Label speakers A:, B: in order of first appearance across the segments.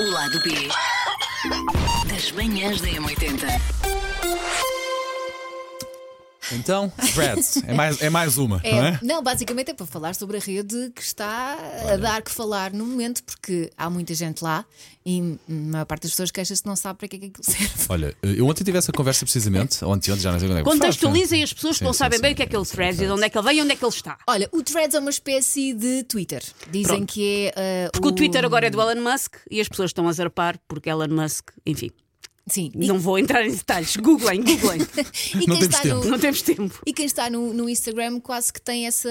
A: O lado B das manhãs da M80.
B: Então, Brad, é mais, é mais uma,
C: É,
B: não é?
C: Não, basicamente é para falar sobre a rede que está a dar que falar no momento, porque há muita gente lá e a maior parte das pessoas queixa-se que não sabe para que é que aquilo serve.
B: Olha, eu ontem tive essa conversa precisamente, ontem, ontem já não sei quando é que
D: Contextualizem as pessoas que
B: Sim,
D: não
B: sim,
D: sabem
B: sim.
D: bem o que é que é o Threads e de onde é que ele vem e onde é que ele está.
C: Olha, o Threads é uma espécie de Twitter. Dizem
D: Pronto.
C: que é. ah,
B: Uh.
D: Porque o Twitter agora é do Elon Musk e as pessoas estão a zarpar porque Elon Musk, enfim,
C: Sim, e,
D: não vou entrar em detalhes. Googlem, googlem.
C: e quem
B: Não temos
C: está no.
D: não temos tempo.
C: E quem está no, no Instagram quase que tem essa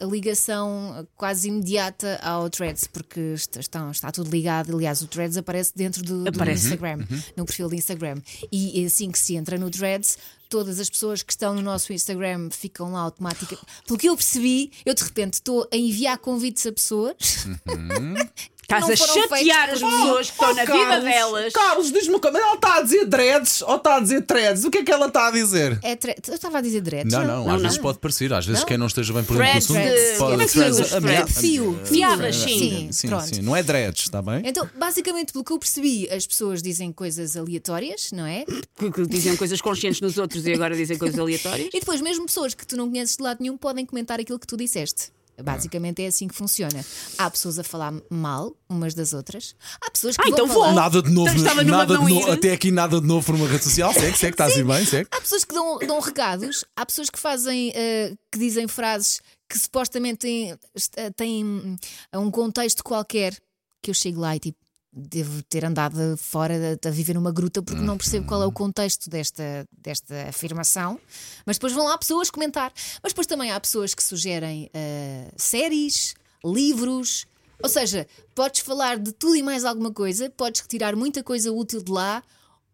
C: ah, ligação quase imediata ao Threads, porque está, está, está tudo ligado. Aliás, o Threads aparece dentro do, do
D: Aparece.
B: Uhum,
C: Instagram, no perfil do Instagram. E assim que se entra no Threads, todas as pessoas que estão no nosso Instagram ficam lá automaticamente. Pelo que eu percebi, eu de repente estou a enviar convites a pessoas.
D: Estás a
C: foram
D: chatear as
C: feitos por mim.
D: pessoas que estão na vida
B: Oh, Carlos,
D: delas.
B: Carlos, diz-me uma coisa, mas ela está a dizer dreads ou está a dizer threads? O que é que ela está a dizer?
C: É thre- Eu estava a dizer Threads. é?
B: Não, não, às
D: não.
B: vezes pode parecer, às vezes
C: Não.
B: quem não esteja bem por dentro do
D: Threads,
B: assunto
D: eh,
B: pode
D: os threads,
B: amea-
D: threads.
C: Fio,
D: Fiabas, sim.
C: Sim,
B: Sim,
C: pronto.
B: sim, não é dreads, está bem?
C: Então, basicamente, pelo que eu percebi, as pessoas dizem coisas aleatórias, não é?
D: Que- que Dizem coisas conscientes nos outros e agora dizem coisas aleatórias.
C: E depois, mesmo pessoas que tu não conheces de lado nenhum podem comentar aquilo que tu disseste. Basicamente é assim que funciona. Há pessoas a falar mal umas das outras. Há pessoas que
D: Ah,
C: vão
D: então
C: falar-
D: vou.
B: Nada de novo,
D: Então estava numa
B: nada
D: de não
B: de novo
D: ir.
B: até aqui nada de novo por uma rede social. Segue, segue, está a ir bem, segue.
C: Há pessoas que dão, dão recados, há pessoas que fazem, eh, que dizem frases que supostamente têm, est- eh, têm hum, um contexto qualquer que eu chego lá e tipo. Devo ter andado fora de- a viver numa gruta porque não percebo qual é
D: Uhum.
C: o contexto desta, desta afirmação. Mas depois vão lá pessoas comentar. Mas depois também há pessoas que sugerem eh, séries, livros. Ou seja, podes falar de tudo e mais alguma coisa, podes retirar muita coisa útil de lá,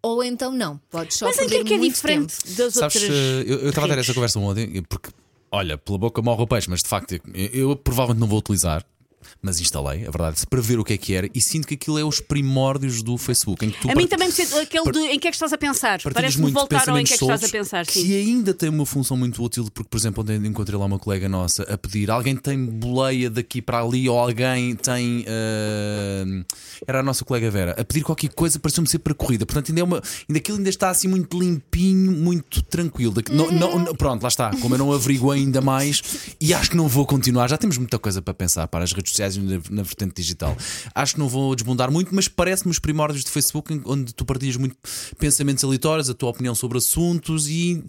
C: ou então não. Podes só
D: Mas em que é
C: perder
D: que é
C: muito
D: diferente
C: tempo.
D: das
B: Sabes,
D: outras?
B: eh, eu eu estava a ter
D: redes?
B: essa conversa ontem, porque, olha, pela boca morre o peixe, mas de facto, eu, eu provavelmente não vou utilizar. Mas instalei, a verdade, para ver o que é que era e sinto que aquilo é os primórdios do Facebook. Em que tu
D: A mim
B: part-
D: também me sente aquele do em que é que estás a pensar.
B: partilhas
D: Parece-me
B: muito
D: voltar ao em
B: pensamentos
D: que é que estás a
B: soltos,
D: pensar.
B: que
D: Sim.
B: ainda tem uma função muito útil, porque, por exemplo, ontem encontrei lá uma colega nossa a pedir alguém tem boleia daqui para ali, ou alguém tem. ah, era a nossa colega Vera, a pedir qualquer coisa, pareceu-me ser percorrida. Portanto, ainda, é uma, ainda aquilo ainda está assim muito limpinho, muito tranquilo. Daqui- não- não- não- pronto, lá está. Como eu não averiguo ainda mais, e acho que não vou continuar, já temos muita coisa para pensar para as redes sociais e na, na vertente digital. Acho que não vou desbundar muito, mas parece-me os primórdios do Facebook, em- onde tu partilhas muito pensamentos aleatórios, a tua opinião sobre assuntos e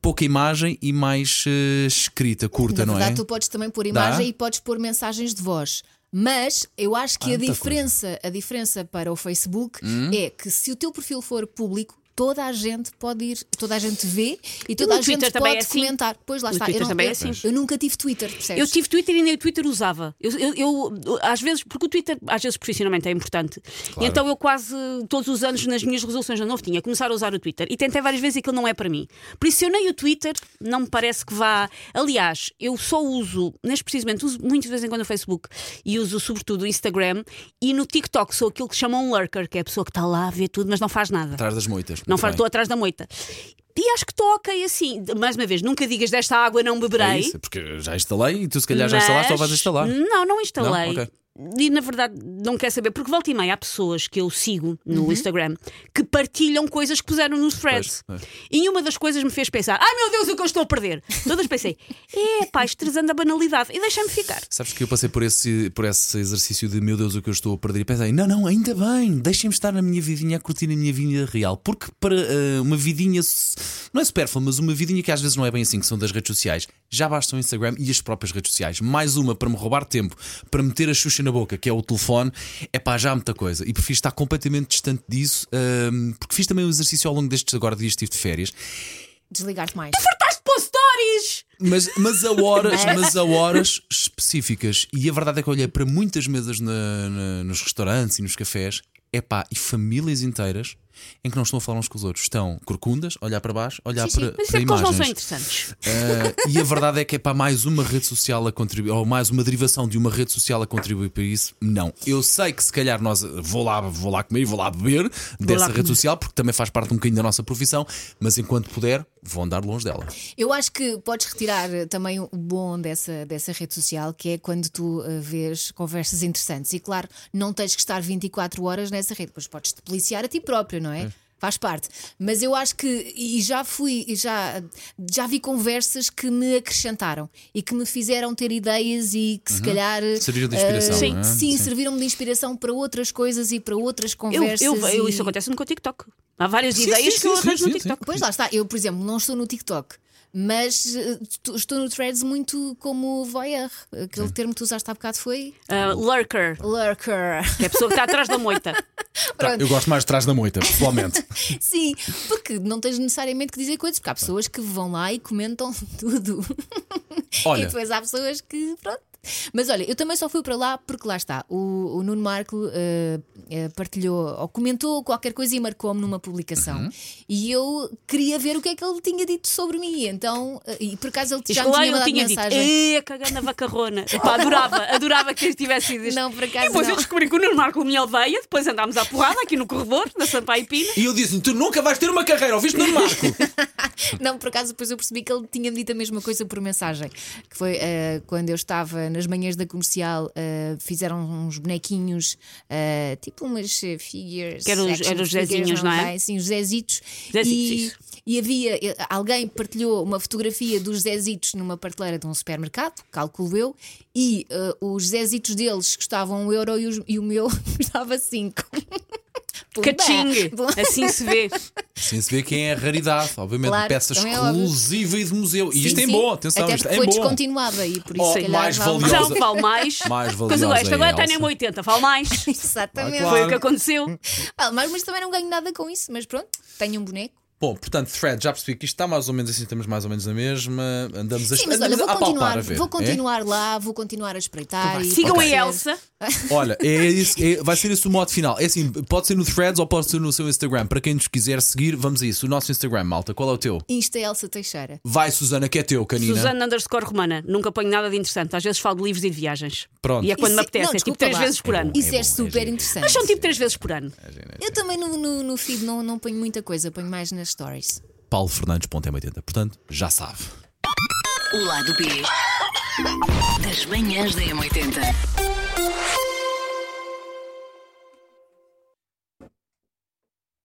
B: pouca imagem e mais eh, escrita, curta,
C: Na
B: não é?
C: verdade, tu podes também pôr imagem
B: Dá?
C: e podes pôr mensagens de voz. Mas eu acho que
B: Há
C: a
B: muita
C: diferença, a diferença para o Facebook é que se o teu perfil for público, toda a gente pode ir, toda a gente vê e toda
D: no
C: a gente
D: Twitter também
C: pode
D: é assim.
C: comentar. Pois lá
D: No
C: está.
D: Twitter
C: eu,
D: também é
C: eu-
D: assim.
C: eu nunca tive Twitter, percebes?
D: Eu tive Twitter e nem o Twitter usava. Eu, eu- eu- às vezes, porque o Twitter às vezes profissionalmente é importante. E então eu quase todos os anos nas minhas resoluções de ano novo tinha que começar a usar o Twitter e tentei várias vezes e aquilo não é para mim. Por isso eu nem o Twitter não me parece que vá. Aliás, eu só uso, neste precisamente, uso muitas vezes em quando o Facebook e uso sobretudo o Instagram e no TikTok sou aquilo que chamam um lurker, que é a pessoa que está lá a ver tudo, mas não faz nada.
B: Atrás das moitas.
D: Não
B: Muito
D: faz,
B: Tá bem.
D: estou atrás da moita. E acho que estou ok assim. Mais uma vez, nunca digas desta água não beberei.
B: É isso, porque já instalei e tu se calhar já instalaste ou vais
D: Mas-
B: instalar.
D: Não, não instalei.
B: Não? Ok.
D: E na verdade não quero saber, porque volta e meia há pessoas que eu sigo no
B: Uhum.
D: Instagram que partilham coisas que puseram nos threads.
B: Pois,
D: E uma das coisas me fez pensar: ai meu Deus, o que eu estou a perder? Todas pensei: é pá, estrezando a banalidade. E deixei-me ficar.
B: Sabes que eu passei por esse, por esse exercício de meu Deus, o que eu estou a perder. E pensei, não, não, ainda bem, deixem-me estar na minha vidinha a curtir a minha vida real. Porque para eh, uma vidinha, su- não é supérflua, mas uma vidinha que às vezes não é bem assim, que são das redes sociais, já basta o Instagram e as próprias redes sociais. Mais uma para me roubar tempo, para meter a Xuxa na boca, que é o telefone, é pá, já há muita coisa. E prefiro estar completamente distante disso, ehm, porque fiz também um exercício ao longo destes agora dias que estive de férias.
C: Desligar-te mais.
D: Estás de pôr stories!
B: Mas, mas a horas, mas a horas específicas. E a verdade é que eu olhei para muitas mesas na- na- nos restaurantes e nos cafés, é pá, e famílias inteiras em que não estão a falar uns com os outros. Estão corcundas, olhar para baixo, olhar
D: Sim, sim.
B: para,
D: Mas isso
B: para
D: é que eles não
B: imagens.
D: são interessantes.
B: Ah, e a verdade é que é para mais uma rede social a contribuir, ou mais uma derivação de uma rede social a contribuir para isso, não. Eu sei que se calhar nós vou lá, vou lá comer e vou lá beber dessa
D: comer.
B: rede social, porque também faz parte um bocadinho da nossa profissão, mas enquanto puder, vou andar longe dela.
C: Eu acho que podes retirar eh, também o bom dessa, dessa rede social, que é quando tu eh, vês conversas interessantes. E claro, não tens que estar 24 horas nessa rede, pois podes te policiar a ti próprio, não é? Faz parte. Mas eu acho que, e já fui, e já, já vi conversas que me acrescentaram e que me fizeram ter ideias e que se calhar. eh,
B: Serviram Uhum. de inspiração,
D: Ah, sim,
B: não é?
C: Sim, serviram-me de inspiração para outras coisas e para outras
D: Eu,
C: conversas.
D: eu- eu-
C: e-
D: isso acontece-me com o TikTok. Há várias
B: Sim,
D: ideias
B: sim,
D: que eu
B: sim, sim,
D: arranjo no
B: sim,
D: TikTok.
C: Pois lá está, eu, por exemplo, não estou no TikTok, mas eh, tu- estou no Threads muito como voyeur. Aquele termo que tu usaste há bocado foi
D: Ah, lurker,
C: lurker.
D: que é a pessoa que está atrás da moita.
B: Tá, Eu gosto mais de trás da moita, pessoalmente.
C: Sim, porque não tens necessariamente que dizer coisas, porque há pessoas que vão lá e comentam tudo. E
B: Olha,
C: depois há pessoas que, pronto. Mas olha, eu também só fui para lá porque lá está. O, o Nuno Marco eh, eh, partilhou ou comentou qualquer coisa e marcou-me numa
D: Uhum.
C: publicação. E eu queria ver o que é que ele tinha dito sobre mim. Então, eh, e por acaso ele
D: E
C: já
D: chegou
C: me
D: lá
C: tinha
D: e Tipo,
C: mandado
D: eu tinha
C: mensagem.
D: dito: "Ei, a cagar na vacarrona. Epá, adorava, adorava que eles tivessem ido.
C: Não, por
D: E
C: acaso.
D: depois
C: não.
D: eu descobri que o Nuno Marco me aldeia, depois andámos à porrada aqui no corredor, na Sampaio Pina.
B: e eu disse-lhe: tu nunca vais ter uma carreira, ouviste no Marco?
C: Não, por acaso depois eu percebi que ele tinha me dito a mesma coisa por mensagem. Que foi eh, quando eu estava nas manhãs da comercial, eh, fizeram uns bonequinhos, eh, tipo umas eh, figures.
D: Que eram os-
C: action
D: eram os
C: figures,
D: Zezinhos, não é?
C: sei, Sim, os Zezitos.
D: Zezitos,
C: E,
D: isso.
C: e havia, eh, alguém partilhou uma fotografia dos Zezitos numa prateleira de um supermercado, calculo eu, e eh, os Zezitos deles custavam um euro e, os- e o meu custava cinco. Pumba!
D: Caching!
C: Pumba!
D: Assim se vê.
B: Sim, se vê quem é a raridade, obviamente,
C: Claro,
B: peça
C: também é óbvio.
B: exclusiva e de museu. E
C: Sim,
B: isto é
C: sim.
B: bom, atenção,
C: Até
B: isto
C: porque
B: é
C: foi
B: bom.
C: descontinuável e por isso
B: Oh,
C: se calhar
B: mais
C: vale
B: valiosa.
D: Já não falo mais.
B: Mais
D: Coisa
B: valiosa
D: desta,
B: é a
D: agora está nem
B: Elsa.
D: 80, falo mais.
C: Exatamente.
B: Vai,
D: Foi
B: claro.
D: o que aconteceu.
C: Ah, mas, mas também não ganho nada com isso, mas pronto, tenho um boneco.
B: Bom, portanto, Fred, já percebi que isto está mais ou menos assim, estamos mais ou menos na mesma. Andamos a
C: Sim, mas olha,
B: andamos
C: vou
B: a palpar,
C: continuar,
B: a ver,
C: vou
B: é? Então
C: continuar lá, vou continuar a espreitar. e
D: Sigam
C: pode
D: a
C: ser.
D: Elsa.
B: Olha, é isso, é- vai ser esse o modo final. É assim, pode ser no Threads ou pode ser no seu Instagram. Para quem nos quiser seguir, vamos a isso. O nosso Instagram, malta, qual é o teu?
C: Insta Elsa Teixeira.
B: Vai, Susana, que é teu, canina.
D: Susana underscore Romana. Nunca ponho nada de interessante. Às vezes falo de livros e de viagens.
B: Pronto.
D: E é quando
C: Isso-
D: me apetece.
C: não,
D: é tipo
C: desculpa
D: três
C: lá.
D: vezes por ano.
C: Isso é,
B: bom, é
C: super
B: giro.
C: interessante.
D: Mas são tipo três vezes por ano.
C: Eu também no, no, no feed não, não ponho muita coisa, ponho mais nas stories.
B: Paulo Fernandes.m80. Portanto, já sabe.
A: O lado B das manhãs da M80.